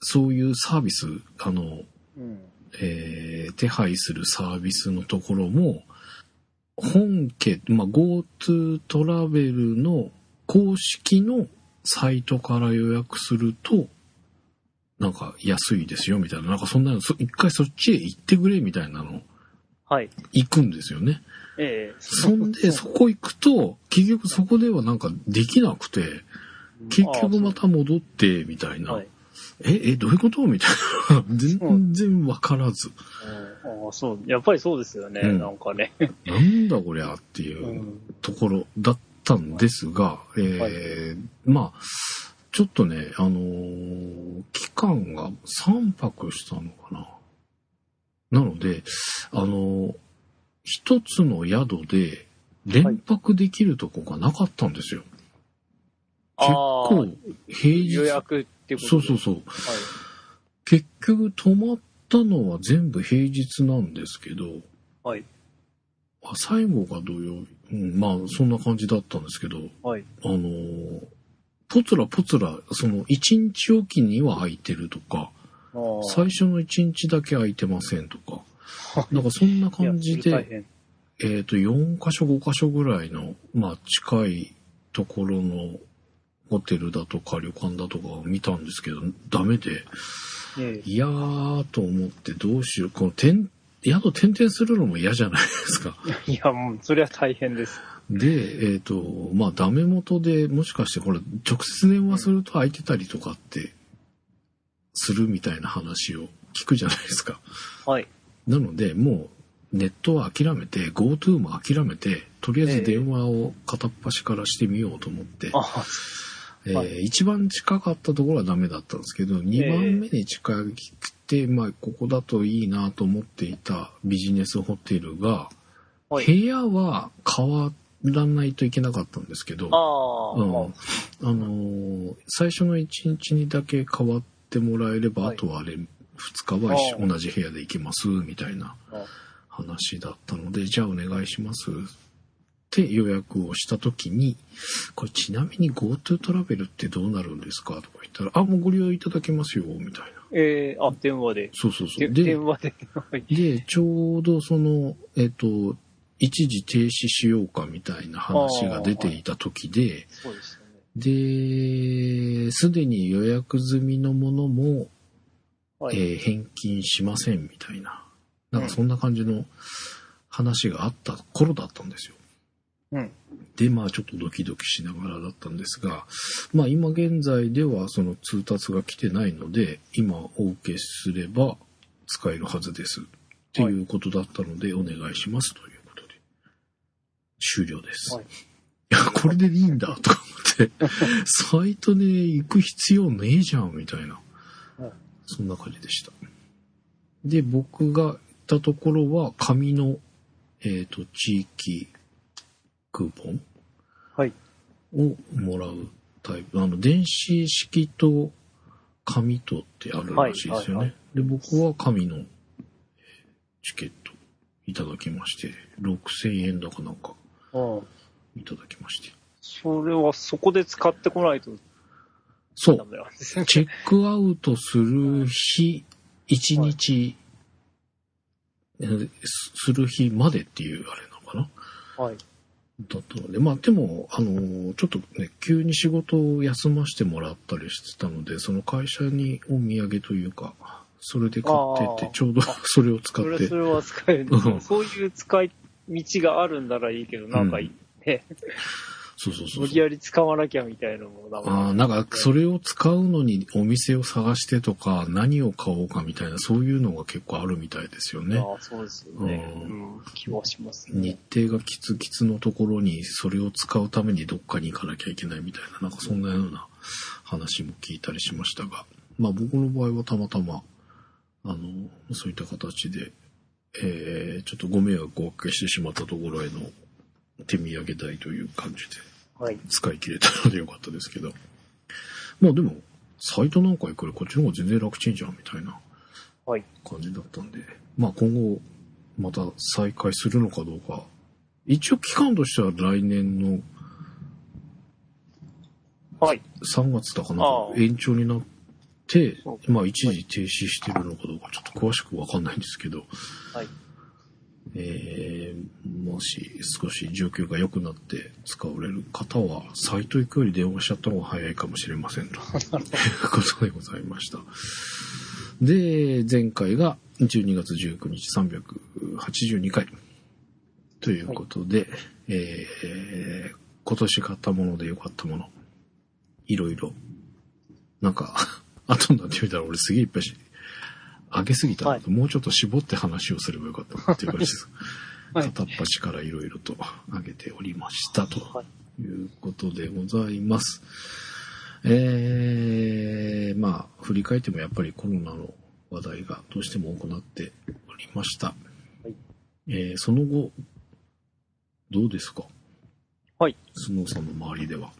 [SPEAKER 2] そういうサービス、あの、
[SPEAKER 3] うん
[SPEAKER 2] えー手配するサービスのところも、本家、まあ、GoTo トラベルの公式のサイトから予約すると、なんか安いですよみたいな、なんかそんなの、そ一回そっちへ行ってくれみたいなの、
[SPEAKER 3] はい。
[SPEAKER 2] 行くんですよね。
[SPEAKER 3] ええ
[SPEAKER 2] そんで、そこ行くと、結局そこではなんかできなくて、結局また戻って、みたい
[SPEAKER 3] あ
[SPEAKER 2] な
[SPEAKER 3] ー。
[SPEAKER 2] え、え、どういうことみたい な。全然わからず。
[SPEAKER 3] そうはいうんあーそう、やっぱりそうですよね、
[SPEAKER 2] うん
[SPEAKER 3] なんかね。
[SPEAKER 2] なんだこりゃっていううんところだったんですが、え
[SPEAKER 3] はい
[SPEAKER 2] ー、まあ、ちょっとね、あのー期間が3泊したのかな。なので、あのー一つの宿で連泊できるとこがなかったんですよ。結
[SPEAKER 3] あー
[SPEAKER 2] 構、平日。
[SPEAKER 3] 予約ってこと
[SPEAKER 2] そうそう
[SPEAKER 3] そ
[SPEAKER 2] そう。
[SPEAKER 3] う。はい
[SPEAKER 2] 結局、泊まったのは全部平日なんですけど、
[SPEAKER 3] はい。
[SPEAKER 2] あ最後が土曜日。うん、まあ、そんな感じだったんですけど、
[SPEAKER 3] はい。
[SPEAKER 2] あのーぽつらぽつら、その、一日おきには空いてるとか、
[SPEAKER 3] あー
[SPEAKER 2] 最初の一日だけ空いてませんとか、なんかそんない
[SPEAKER 3] や
[SPEAKER 2] 感じ
[SPEAKER 3] それ大
[SPEAKER 2] で、
[SPEAKER 3] 変
[SPEAKER 2] えっ、と、4箇所、5箇所ぐらいの、まあ、近いところの、ホテルだとか旅館だとかを見たんですけど、ダメで、
[SPEAKER 3] ええ
[SPEAKER 2] いやーと思ってどうしよう。この点、宿転々するのも嫌じゃないですか。
[SPEAKER 3] いや、もう、それは大変です。
[SPEAKER 2] で、えっ、と、まあダメ元でもしかしてこれ直接電話すると空いてたりとかってするみたいな話を聞くじゃないですか。
[SPEAKER 3] はい。
[SPEAKER 2] なのでもうネットは諦めて GoTo も諦めてとりあえず電話を片っ端からしてみようと思って、
[SPEAKER 3] あ
[SPEAKER 2] え
[SPEAKER 3] は
[SPEAKER 2] ー一番近かったところはダメだったんですけど、2番目に近くて、まあ、ここだといいなと思っていたビジネスホテルが、
[SPEAKER 3] はい
[SPEAKER 2] 部屋は変わらないといけなかったんですけど、
[SPEAKER 3] あ
[SPEAKER 2] あ
[SPEAKER 3] あ、
[SPEAKER 2] うんのー最初の1日にだけ変わってもらえれば、
[SPEAKER 3] はい
[SPEAKER 2] あとはあれ、2日は一緒
[SPEAKER 3] ああ
[SPEAKER 2] 同じ部屋で行けます、みたいな
[SPEAKER 3] あ
[SPEAKER 2] 話だったので、じゃあお願いします。って予約をした時に、これちなみに GoTo トラベルってどうなるんですかとか言ったら、あ、もうご利用いただけますよ、みたいな。
[SPEAKER 3] ええあ、電話で。
[SPEAKER 2] そうそうそう。
[SPEAKER 3] で
[SPEAKER 2] で
[SPEAKER 3] 電、話で。はい
[SPEAKER 2] で、ちょうどその、えっと、一時停止しようかみたいな話が出ていた時で、
[SPEAKER 3] そうでしたね。
[SPEAKER 2] で、すでに予約済みのものも、
[SPEAKER 3] はい。
[SPEAKER 2] えー返金しませんみたいな、なんかそんな感じの話があった頃だったんですよ。
[SPEAKER 3] うん
[SPEAKER 2] で、まあちょっとドキドキしながらだったんですが、まあ今現在ではその通達が来てないので、今お受けすれば使えるはずです。っていうことだったので、お願いしますということで。終了です。
[SPEAKER 3] はい
[SPEAKER 2] い、や、これでいいんだとか思って、サイトで行く必要ねえじゃんみたいな
[SPEAKER 3] はい。
[SPEAKER 2] そんな感じでした。で、僕が行ったところは、紙の、えっ、と、地域クーポン
[SPEAKER 3] はい。
[SPEAKER 2] をもらうタイプ。あの、電子式と紙とってあるらしいですよね。
[SPEAKER 3] はいはいはい
[SPEAKER 2] で、僕は紙のえーチケットいただきまして、6000円だかなんか
[SPEAKER 3] うん。
[SPEAKER 2] いただきまして。
[SPEAKER 3] それはそこで使ってこないと
[SPEAKER 2] そ
[SPEAKER 3] ダ
[SPEAKER 2] う。
[SPEAKER 3] メなんですね。
[SPEAKER 2] チェックアウトする日、1日、えーすする日までっていうあれなのかな
[SPEAKER 3] はい。
[SPEAKER 2] だったので、まあでも、あの、ちょっとね、急に仕事を休ませてもらったりしてたので、その会社にお土産というか、それで買って
[SPEAKER 3] あ
[SPEAKER 2] て
[SPEAKER 3] ー、
[SPEAKER 2] ちょうどそれを使
[SPEAKER 3] そ
[SPEAKER 2] っ
[SPEAKER 3] れ
[SPEAKER 2] て
[SPEAKER 3] そ、れは使える
[SPEAKER 2] うん。
[SPEAKER 3] そういう使い道があるんならいいけど、なんかい
[SPEAKER 2] そうそうそ
[SPEAKER 3] 無
[SPEAKER 2] う
[SPEAKER 3] 理。やり使わなきゃみたいなのもダメ
[SPEAKER 2] あーなんか、それを使うのにお店を探してとか、何を買おうかみたいな、そういうのが結構あるみたいですよね。
[SPEAKER 3] ああ、そうですよね。
[SPEAKER 2] う
[SPEAKER 3] うん。気はしますね
[SPEAKER 2] 日。程がキツキツのところにそれを使うためにどっかに行かなきゃいけないみたいな、なんかそんなような話も聞いたりしましたが、まあ僕の場合はたまたま、あの、そういった形で、えー、ちょっとご迷惑をおかけしてしまったところへの手土産代という感じで
[SPEAKER 3] はい。
[SPEAKER 2] 使い切れたのでよかったですけど、まあでも、サイトなんか行くよりこっちの方が全然楽ちんじゃんみたいな
[SPEAKER 3] はい。
[SPEAKER 2] 感じだったんで、まあ今後、また再開するのかどうか。一応期間としては来年の
[SPEAKER 3] はい。
[SPEAKER 2] 3月だかな
[SPEAKER 3] ああ
[SPEAKER 2] 延長になって
[SPEAKER 3] そ、う
[SPEAKER 2] まあ一時停止してるのかどうかちょっと詳しくわかんないんですけど、
[SPEAKER 3] はい。
[SPEAKER 2] えー、もし少し状況が良くなって使われる方は、サイト行くより電話しちゃった方が早いかもしれませんと。ということでございました。で、前回が12月19日382回ということで、えー今年買ったもので良かったもの、いろいろ、なんか、 後になってみたら俺すげえいっぱいし、上げすぎたなと、もうちょっと絞って話をすればよかったなっていう感じです。
[SPEAKER 3] はい
[SPEAKER 2] 片っ端からいろいろと上げておりましたと
[SPEAKER 3] はい。
[SPEAKER 2] いうことでございます。えー、まあ、振り返ってもやっぱりコロナの話題がどうしても多くなっておりました。
[SPEAKER 3] い
[SPEAKER 2] えーその後、どうですか
[SPEAKER 3] はい。
[SPEAKER 2] スノーさんの周りでは。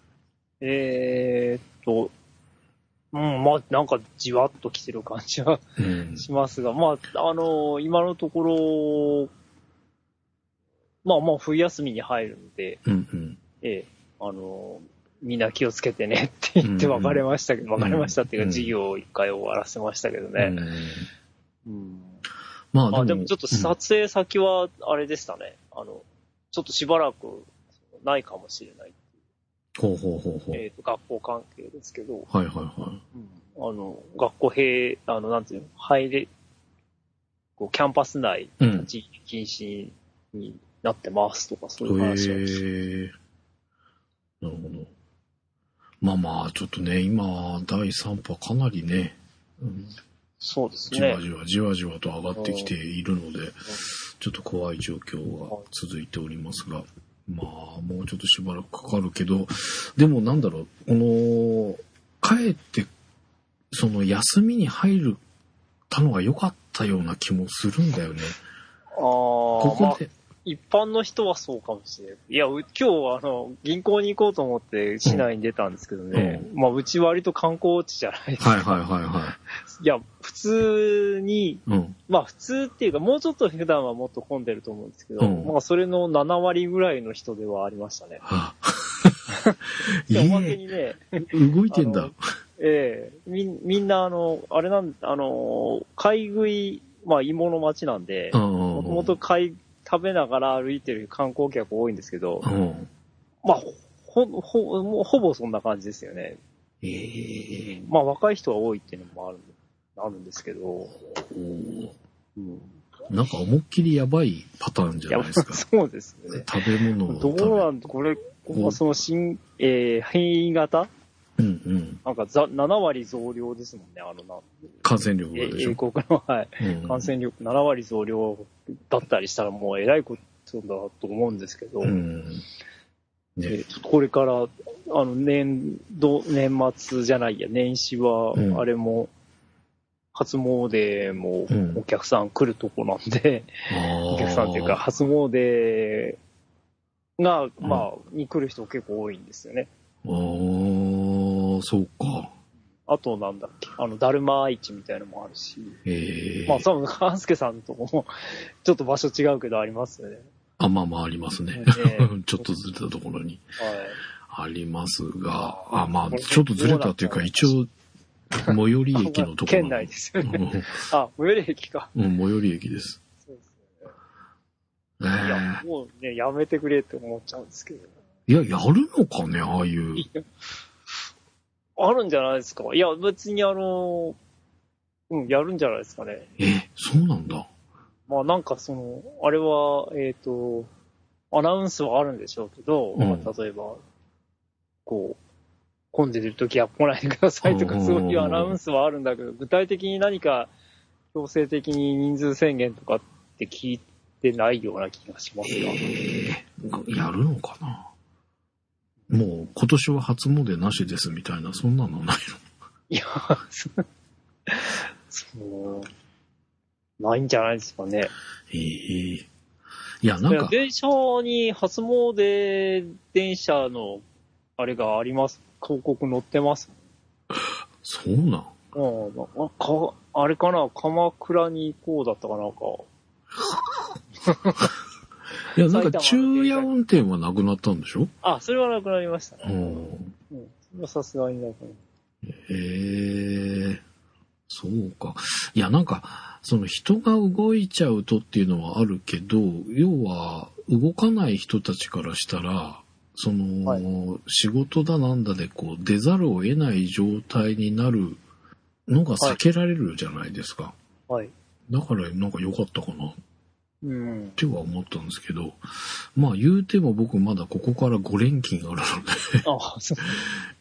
[SPEAKER 3] えーっと、うん、まあ、なんかじわっと来てる感じは
[SPEAKER 2] うん。
[SPEAKER 3] しますが、 まあ、あの今のところ、まあ、もう冬休みに入るので、
[SPEAKER 2] うんうん。
[SPEAKER 3] ええ、あのみんな気をつけてねって言って
[SPEAKER 2] うんうん
[SPEAKER 3] 別れましたけど、別れましたっていう
[SPEAKER 2] う
[SPEAKER 3] か、
[SPEAKER 2] ん
[SPEAKER 3] 授業を一回終わらせましたけど
[SPEAKER 2] う
[SPEAKER 3] ね。
[SPEAKER 2] ん
[SPEAKER 3] うん
[SPEAKER 2] まあでも
[SPEAKER 3] あ、でもちょっと撮影先は、あれでしたね。あの、ちょっとしばらくないかもしれない。
[SPEAKER 2] ほうほうほうほう。
[SPEAKER 3] えーと、学校関係ですけど、
[SPEAKER 2] はいはいはい。
[SPEAKER 3] あの、学校閉、あの、なんていうの、入れ、こう、キャンパス内、
[SPEAKER 2] うん。
[SPEAKER 3] 地域禁止になってますとか、そういう
[SPEAKER 2] へ
[SPEAKER 3] 話をして、
[SPEAKER 2] えなるほど。まあまあ、ちょっとね、今、第3波かなりね、うん
[SPEAKER 3] そうです
[SPEAKER 2] じわ
[SPEAKER 3] ね。
[SPEAKER 2] じわじわじわと上がってきているので、ちょっと怖い状況が続いておりますが、まあ、もうちょっとしばらくかかるけど、でもなんだろう、この、帰って、その休みに入るたのが良かったような気もするんだよね。
[SPEAKER 3] あこ
[SPEAKER 2] ここで、
[SPEAKER 3] 一般の人はそうかもしれない。いや、う今日あの、銀行に行こうと思って市内に出たんですけどね。まあ、うち割と観光地じゃないですか。
[SPEAKER 2] はいはいはいはい
[SPEAKER 3] や、普通に、
[SPEAKER 2] い。うん。
[SPEAKER 3] まあ普通っていうか、もうちょっと普段はもっと混んでると思うんですけど、
[SPEAKER 2] うん
[SPEAKER 3] まあそれの7割ぐらいの人ではありましたね。
[SPEAKER 2] はあ、 い
[SPEAKER 3] でおまけ
[SPEAKER 2] い
[SPEAKER 3] にね、
[SPEAKER 2] え、動いてんだ。
[SPEAKER 3] ええみん、みんなあの、あれなん、あの、買い食い、まあ芋の町なんで、も
[SPEAKER 2] も
[SPEAKER 3] ともと買い、食べながら歩いてる観光客多いんですけど、
[SPEAKER 2] うん。
[SPEAKER 3] まあ、ほ、ほ、もうほぼそんな感じですよね。
[SPEAKER 2] ええ
[SPEAKER 3] まあ、若い人は多いっていうのもある、あるんですけど。
[SPEAKER 2] お
[SPEAKER 3] うん。
[SPEAKER 2] ーなんか思いっきりやばいパターンじ
[SPEAKER 3] い
[SPEAKER 2] ゃ
[SPEAKER 3] や
[SPEAKER 2] ないですか。
[SPEAKER 3] そうですね。
[SPEAKER 2] 食べ物を
[SPEAKER 3] ど
[SPEAKER 2] 食べ
[SPEAKER 3] うなんこれ、まあその新、えー、変異型
[SPEAKER 2] うんうん。
[SPEAKER 3] なんかざ7割増量ですもんね、あのな、
[SPEAKER 2] 感染力
[SPEAKER 3] え
[SPEAKER 2] がでしょ
[SPEAKER 3] 英。国の、 はい、
[SPEAKER 2] うん
[SPEAKER 3] 感染力7割増量だったりしたらもうえらいことだと思うんですけど、
[SPEAKER 2] うん。
[SPEAKER 3] え
[SPEAKER 2] ね。
[SPEAKER 3] ーちょっとこれから、あの、年度、年末じゃないや、年始は
[SPEAKER 2] う、ん
[SPEAKER 3] あれも、初詣も
[SPEAKER 2] うん
[SPEAKER 3] お客さん来るとこなんで、
[SPEAKER 2] お
[SPEAKER 3] お客さんっていうか、。初�詣が、まあ、に来る人結構多いんですよね。
[SPEAKER 2] あーそうか。
[SPEAKER 3] あと、なんだっけ、あの、だるま市みたいのもあるし、
[SPEAKER 2] ええ
[SPEAKER 3] まあ、多分、半助さんとこも、 ちょっと場所違うけどありま すよね。
[SPEAKER 2] あ、まあまあありますね。
[SPEAKER 3] ええ
[SPEAKER 2] ちょっとずれたところに
[SPEAKER 3] は
[SPEAKER 2] あ
[SPEAKER 3] い。
[SPEAKER 2] りますが、あ、まあ、ちょっとずれたというか、一応、最寄り駅のところ。
[SPEAKER 3] 県内ですよね。 あ、最寄り駅か。
[SPEAKER 2] うん、うん最寄り駅です。
[SPEAKER 3] そうですね。
[SPEAKER 2] え
[SPEAKER 3] いや、
[SPEAKER 2] え
[SPEAKER 3] もうね、やめてくれって思っちゃうんですけど。
[SPEAKER 2] いや、やるのかね、ああいう。
[SPEAKER 3] いやあるんじゃないですか。いや、別にあの、うん、やるんじゃないですかね。
[SPEAKER 2] え、そうなんだ。
[SPEAKER 3] まあなんかその、あれは、えっ、と、アナウンスはあるんでしょうけど、
[SPEAKER 2] うん
[SPEAKER 3] まあ例えば、こう、混んでる時は来ないでくださいと
[SPEAKER 2] う
[SPEAKER 3] か、
[SPEAKER 2] ん
[SPEAKER 3] そういうアナウンスはあるんだけど、具体的に何か強制的に人数制限とかって聞いてないような気がしますよ。
[SPEAKER 2] ええやるのかな。もう、今年は初詣なしですみたいな、そんなのない
[SPEAKER 3] いや、そそう、ないんじゃないですかね。
[SPEAKER 2] の。ええいや、なんか、
[SPEAKER 3] 電車に初詣電車の、あれがあります。広告載ってます。
[SPEAKER 2] そうなん。
[SPEAKER 3] うん、あかあれかな鎌倉に行こうだったかなんか。
[SPEAKER 2] いや、なんか昼
[SPEAKER 3] 埼玉の電車
[SPEAKER 2] 夜運転はなくなったんでしょ
[SPEAKER 3] あ、それはなくなりました
[SPEAKER 2] う
[SPEAKER 3] ね。
[SPEAKER 2] ん。
[SPEAKER 3] うん。それはさすがになくなり
[SPEAKER 2] へえ、そうか。いや、なんか、その人が動いちゃうとっていうのはあるけど、要は、動かない人たちからしたら、その、
[SPEAKER 3] は
[SPEAKER 2] 仕事だなんだで、こう、出ざるを得ない状態になるのが避けられるじゃないですか。
[SPEAKER 3] はい。
[SPEAKER 2] だから、なんか良かったかな
[SPEAKER 3] うん
[SPEAKER 2] っ。ては思ったんですけど、まあ言うても僕まだここから5連勤があるので、
[SPEAKER 3] あ、そう。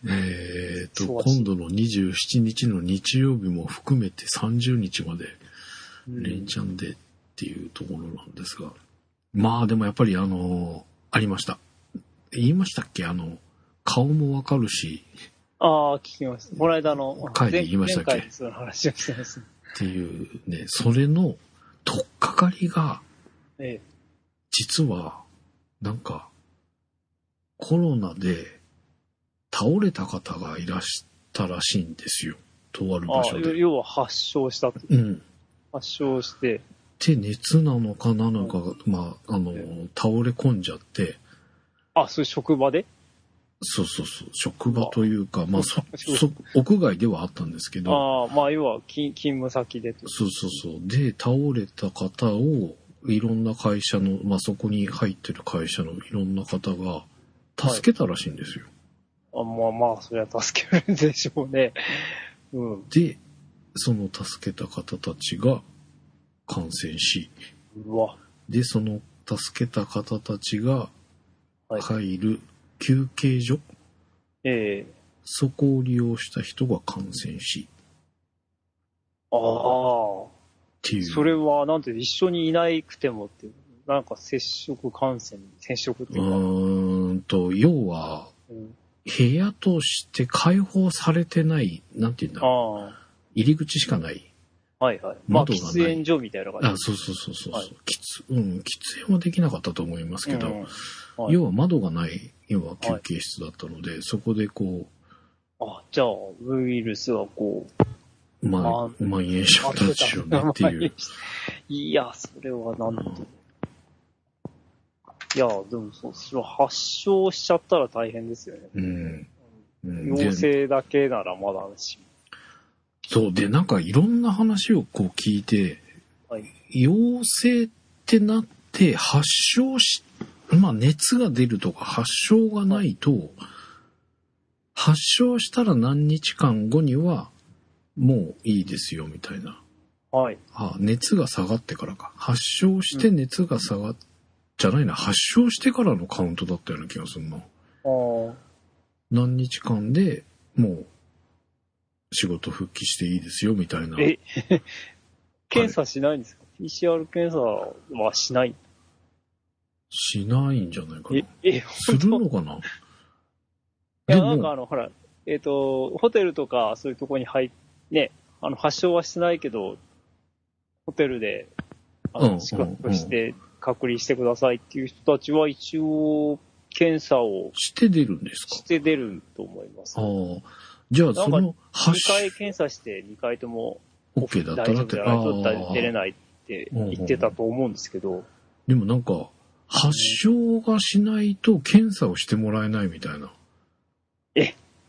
[SPEAKER 2] えーと、
[SPEAKER 3] そう
[SPEAKER 2] 今度の27日の日曜日も含めて30日まで
[SPEAKER 3] うん
[SPEAKER 2] 連チャンでっていうところなんですが、まあでもやっぱりあの、ありました。言いましたっけあの、顔もわかるし
[SPEAKER 3] ああ、聞きました。この間の、
[SPEAKER 2] 会で言いましたっけ
[SPEAKER 3] 前前回その話をしてます。
[SPEAKER 2] っていうね、それの取っかかりが
[SPEAKER 3] ええ。
[SPEAKER 2] 実はなんかコロナで倒れた方がいらしたらしいんですよ。とある
[SPEAKER 3] あ
[SPEAKER 2] 場
[SPEAKER 3] あ
[SPEAKER 2] 所
[SPEAKER 3] 要
[SPEAKER 2] で。
[SPEAKER 3] 要は発症したと。
[SPEAKER 2] うん。
[SPEAKER 3] 発症して、
[SPEAKER 2] って熱なのかなのかが、まあ、あの、倒れ込んじゃって、
[SPEAKER 3] あ、そういう職場で
[SPEAKER 2] そうそうそう、職場というか、まあ、そ、
[SPEAKER 3] そう
[SPEAKER 2] そ、屋外ではあったんですけど、
[SPEAKER 3] ああ、まあ要は勤勤務先でと。
[SPEAKER 2] そうそうそう。で、倒れた方を、いろんな会社の、まあ、そこに入ってる会社のいろんな方が、助けたらしいんですよ。
[SPEAKER 3] あまあまあ、それは助けるんでしょうね。うん。
[SPEAKER 2] で、その助けた方たちが感染し、
[SPEAKER 3] うわ。
[SPEAKER 2] で、その助けた方たちが
[SPEAKER 3] はい
[SPEAKER 2] 入る休憩所、
[SPEAKER 3] ええ
[SPEAKER 2] そこを利用した人が感染し、
[SPEAKER 3] ああ。
[SPEAKER 2] っていう。
[SPEAKER 3] それは、なんていう、一緒にいなくてもっていうなんか接触感染、接触って
[SPEAKER 2] う
[SPEAKER 3] いうか、
[SPEAKER 2] ーんと、要は、
[SPEAKER 3] うん
[SPEAKER 2] 部屋として開放されてない、なんて言うんだ
[SPEAKER 3] あ
[SPEAKER 2] ろう。
[SPEAKER 3] あ、
[SPEAKER 2] 入り口しかない。
[SPEAKER 3] はいはい。まあ、
[SPEAKER 2] 窓がない
[SPEAKER 3] 喫煙所みたいな
[SPEAKER 2] あ
[SPEAKER 3] 感、じ
[SPEAKER 2] そうそうそうそうそう。
[SPEAKER 3] はい
[SPEAKER 2] 喫、うん、喫煙はできなかったと思いますけど、
[SPEAKER 3] うんはい
[SPEAKER 2] 要は窓がない、要は休憩室だったので、そこでこ
[SPEAKER 3] あ、じゃあ、ウイルスはこう、
[SPEAKER 2] う、まあ、蔓延しちゃったんでしょうねっていう。。
[SPEAKER 3] いや、それはなんとも。いや、でもそう、それは発症しちゃったら大変ですよね。
[SPEAKER 2] うん。うん
[SPEAKER 3] 陽
[SPEAKER 2] で、
[SPEAKER 3] 性だけならまだし
[SPEAKER 2] そう、で、なんかいろんな話をこう聞いて、
[SPEAKER 3] はい。
[SPEAKER 2] 陽性ってなって発症し、まあ熱が出るとか発症がないと、発症したら何日間後にはもういいですよみたいな。
[SPEAKER 3] はい。
[SPEAKER 2] あ、熱が下がってからか。発症して熱が下がっ、じゃないな、発症してからのカウントだったような気がするな。
[SPEAKER 3] ああ、
[SPEAKER 2] 何日間でもう仕事復帰していいですよみたいな。
[SPEAKER 3] え、検査しないんですか ?PCR 検査はしない。
[SPEAKER 2] しないんじゃないかな
[SPEAKER 3] え。、え、
[SPEAKER 2] するのかない
[SPEAKER 3] や、
[SPEAKER 2] で
[SPEAKER 3] なんかあ
[SPEAKER 2] も、
[SPEAKER 3] の、ほら、えっ、と、ホテルとか、そういうとこに入っね、あの、発症はしてないけど、ホテルで、あ
[SPEAKER 2] うん
[SPEAKER 3] の、宿泊して、隔離してくださいっていう人たちは、一応、検査を
[SPEAKER 2] して出るんですか
[SPEAKER 3] して出ると思います。
[SPEAKER 2] あ
[SPEAKER 3] 2
[SPEAKER 2] あ。じゃあ、そ
[SPEAKER 3] なん
[SPEAKER 2] の、発
[SPEAKER 3] 回
[SPEAKER 2] 症、
[SPEAKER 3] 検査して、2回とも、
[SPEAKER 2] OK だった
[SPEAKER 3] 大
[SPEAKER 2] らっ
[SPEAKER 3] 丈夫じ
[SPEAKER 2] て、
[SPEAKER 3] ゃ
[SPEAKER 2] あ
[SPEAKER 3] ないと出れ
[SPEAKER 2] あ。
[SPEAKER 3] ないって言ってたと思うんですけど、
[SPEAKER 2] でもなんか、発症がしないと検査をしてもらえないみたいな。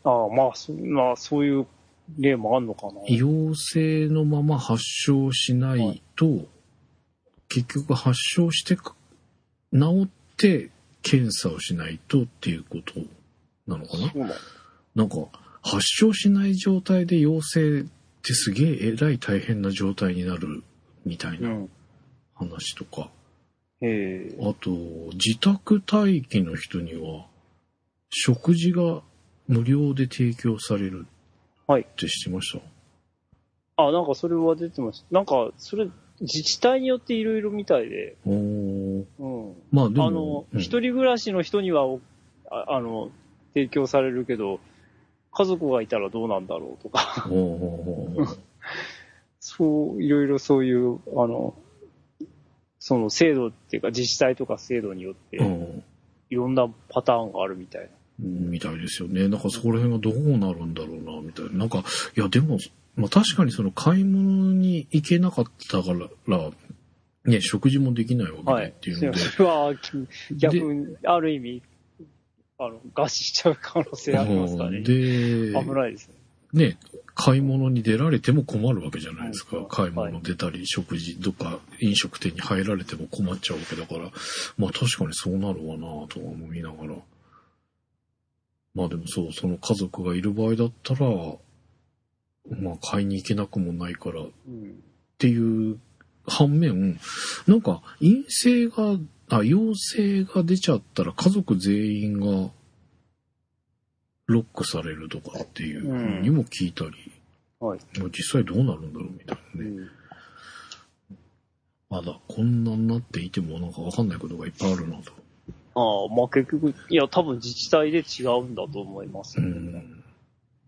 [SPEAKER 3] ああ、まあ、そまあ、そういう例もあるのかな。
[SPEAKER 2] 陽性のまま発症しないと、結局発症してか治って検査をしないとっていうことなのかな
[SPEAKER 3] そうなんだ。
[SPEAKER 2] なんか発症しない状態で陽性ってすげええらい大変な状態になるみたいうなん話とか、
[SPEAKER 3] ええ
[SPEAKER 2] あと自宅待機の人には食事が無料で提供される
[SPEAKER 3] はい
[SPEAKER 2] って知ってました、
[SPEAKER 3] あ、なんかそれは出てました。なんか、それ、自治体によっていろいろみたいで、
[SPEAKER 2] おー
[SPEAKER 3] うん。
[SPEAKER 2] まあでも
[SPEAKER 3] あの、
[SPEAKER 2] うん
[SPEAKER 3] 一人暮らしの人にはおあ、あの、提供されるけど、家族がいたらどうなんだろうとか、
[SPEAKER 2] おお
[SPEAKER 3] そう、いろいろそういう、あの、その制度っていうか、自治体とか制度によって
[SPEAKER 2] う、ん、
[SPEAKER 3] いろんなパターンがあるみたいな。
[SPEAKER 2] みたいですよね。なんかそこら辺がどうなるんだろうな、みたいな。なんか、いやでも、まあ確かにその買い物に行けなかったから、ね、食事もできないわけ
[SPEAKER 3] は
[SPEAKER 2] で
[SPEAKER 3] い
[SPEAKER 2] っ。ていう
[SPEAKER 3] それ
[SPEAKER 2] ので、
[SPEAKER 3] は、逆に、ある意味、あの、餓死しちゃう可能性ありますから
[SPEAKER 2] う
[SPEAKER 3] ね
[SPEAKER 2] ん。
[SPEAKER 3] 危ないですね。
[SPEAKER 2] で、ね、買い物に出られても困るわけじゃないですか。
[SPEAKER 3] はい
[SPEAKER 2] 買い物出たり、食事、どっか飲食店に入られても困っちゃうわけだから、まあ確かにそうなるわなとは思いながら。まあでもそう、その家族がいる場合だったら、まあ買いに行けなくもないからっ
[SPEAKER 3] うん。
[SPEAKER 2] ていう反面、なんか陰性が、あ、陽性が出ちゃったら家族全員がロックされるとかっていうふうにも聞いたり、
[SPEAKER 3] はい。
[SPEAKER 2] もう実際どうなるんだろうみたいなね。
[SPEAKER 3] うん
[SPEAKER 2] まだこんなになっていてもなんかわかんないことがいっぱいあるなと。
[SPEAKER 3] ああ、まあ結局、いや、多分自治体で違うんだと思います、
[SPEAKER 2] うん。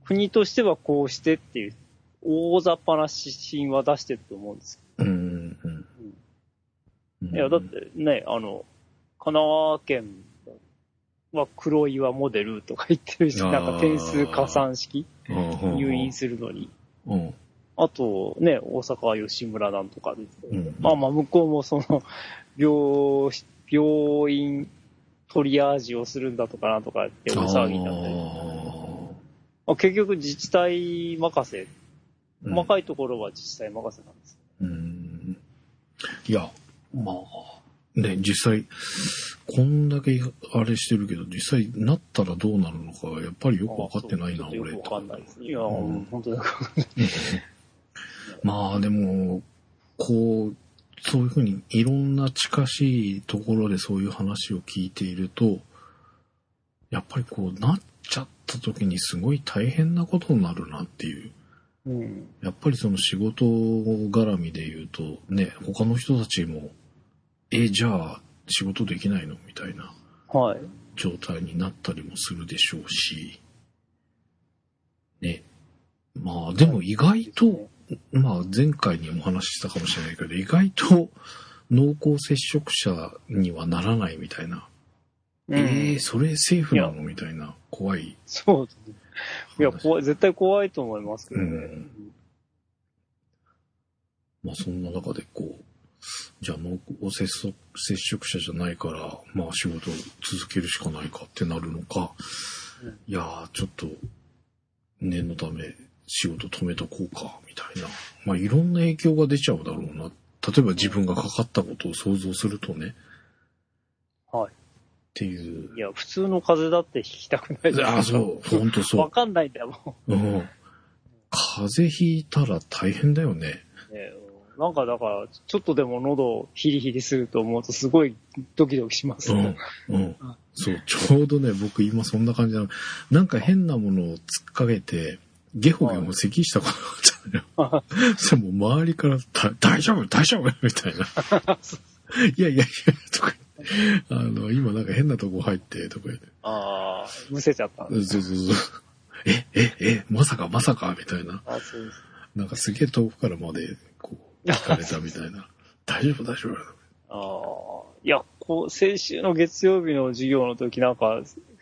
[SPEAKER 3] 国としてはこうしてっていう、大雑把な指針は出してると思うんです
[SPEAKER 2] うん。うん
[SPEAKER 3] けど、いや、だってね、あの、神奈川県は黒岩モデルとか言ってるし、
[SPEAKER 2] あー
[SPEAKER 3] なんか点数加算式、入
[SPEAKER 2] 入
[SPEAKER 3] 院するのに。
[SPEAKER 2] うん。
[SPEAKER 3] あと、ね、大阪は吉村なんとかで、
[SPEAKER 2] うん
[SPEAKER 3] まあまあ、向こうもその、病、病院、トリアージをするんだとかなんとかって大騒ぎになったりまあ、結局自治体任せ、
[SPEAKER 2] あー
[SPEAKER 3] 細かいところは自治体任せなんです。
[SPEAKER 2] うん。いや、まあ、ね、実際、こんだけあれしてるけど、実際なったらどうなるのか、やっぱりよくわかってないな、
[SPEAKER 3] ああそう
[SPEAKER 2] 俺。
[SPEAKER 3] ちょっとよくわかんないです。いや、
[SPEAKER 2] うん
[SPEAKER 3] 本当によくわかんない。
[SPEAKER 2] まあでも、こう、そういうふうにいろんな近しいところでそういう話を聞いていると、やっぱりこうなっちゃった時にすごい大変なことになるなっていう。
[SPEAKER 3] うん。
[SPEAKER 2] やっぱりその仕事絡みで言うと、ね、他の人たちもえ、じゃあ仕事できないのみたいな
[SPEAKER 3] はい。
[SPEAKER 2] 状態になったりもするでしょうし、ね。まあでも意外と、まあ前回にお話ししたかもしれないけど、意外と濃厚接触者にはならないみたいな。
[SPEAKER 3] うん、
[SPEAKER 2] えー、それセーフなのみたいな、怖い
[SPEAKER 3] そうですね。いや、
[SPEAKER 2] 話
[SPEAKER 3] 怖い、絶対怖いと思いますけどね。
[SPEAKER 2] うんまあそんな中でこう、じゃあ濃厚接触接触者じゃないから、まあ仕事を続けるしかないかってなるのか、
[SPEAKER 3] うん
[SPEAKER 2] いやーちょっと念のため仕事止めとこうか、みたいな。まあいろんな影響が出ちゃうだろうな。例えば自分がかかったことを想像するとね。
[SPEAKER 3] は
[SPEAKER 2] っ
[SPEAKER 3] い
[SPEAKER 2] ていう
[SPEAKER 3] い。や、普通の風邪だって引きたくないじゃない
[SPEAKER 2] ああ、そう、ほんとそう
[SPEAKER 3] わ。かんないんだも
[SPEAKER 2] うん。風邪ひいたら大変だよね。
[SPEAKER 3] ん、ね。なんかだから、ちょっとでも喉ヒリヒリすると思うとすごいドキドキします、
[SPEAKER 2] うん。うん
[SPEAKER 3] うん。
[SPEAKER 2] そう、ちょうどね、僕今そんな感じなの。なんか変なものを突っかけて、ゲホゲホ咳したことがあったのよ。それもう周りから、だ大丈夫大丈夫みたいな。いやいやいや、とか言って。あの、今なんか変なとこ入って、とか言って。
[SPEAKER 3] ああ、むせちゃったん
[SPEAKER 2] そうそうそう。え、え、え、まさかまさかみたいな。
[SPEAKER 3] あそうです。
[SPEAKER 2] なんかすげえ遠くからまで、こう、聞かれたみたいな。大丈夫大丈夫
[SPEAKER 3] ああ、いや、こう、先週の月曜日の授業の時なんか、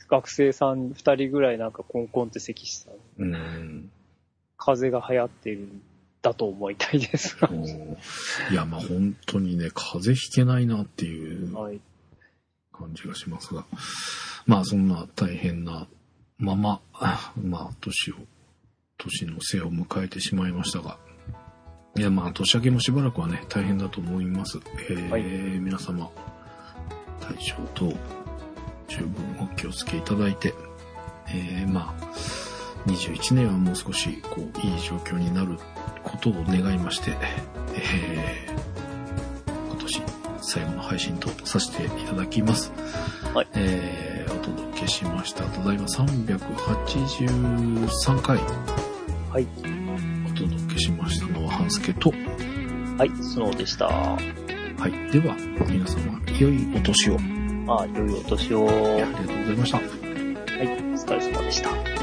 [SPEAKER 3] 学生さん二人ぐらいなんかコンコンって咳した。
[SPEAKER 2] うん。
[SPEAKER 3] 風邪が流行ってるんだと思いたいです。
[SPEAKER 2] もういや、まあ本当にね、風邪ひけないなっていう
[SPEAKER 3] はい。
[SPEAKER 2] 感じがしますが。まあそんな大変なまま、 あまあ年を、年のせいを迎えてしまいましたが。いや、まあ年明けもしばらくはね、大変だと思います。えー
[SPEAKER 3] はい
[SPEAKER 2] 皆様、対象と十分お気をつけいただいて、えーまあ、21年はもう少し、こう、いい状況になることを願いまして、えー今年最後の配信とさせていただきます。
[SPEAKER 3] はい
[SPEAKER 2] えーお届けしました。ただいま383回
[SPEAKER 3] はい。
[SPEAKER 2] お届けしましたのは半助と、
[SPEAKER 3] はい、スノーでした。あ
[SPEAKER 2] はい。では、皆様、良いお年を。
[SPEAKER 3] あ、良いお年を。
[SPEAKER 2] あ
[SPEAKER 3] は
[SPEAKER 2] りが
[SPEAKER 3] い
[SPEAKER 2] とうございました。
[SPEAKER 3] お疲れ様でした。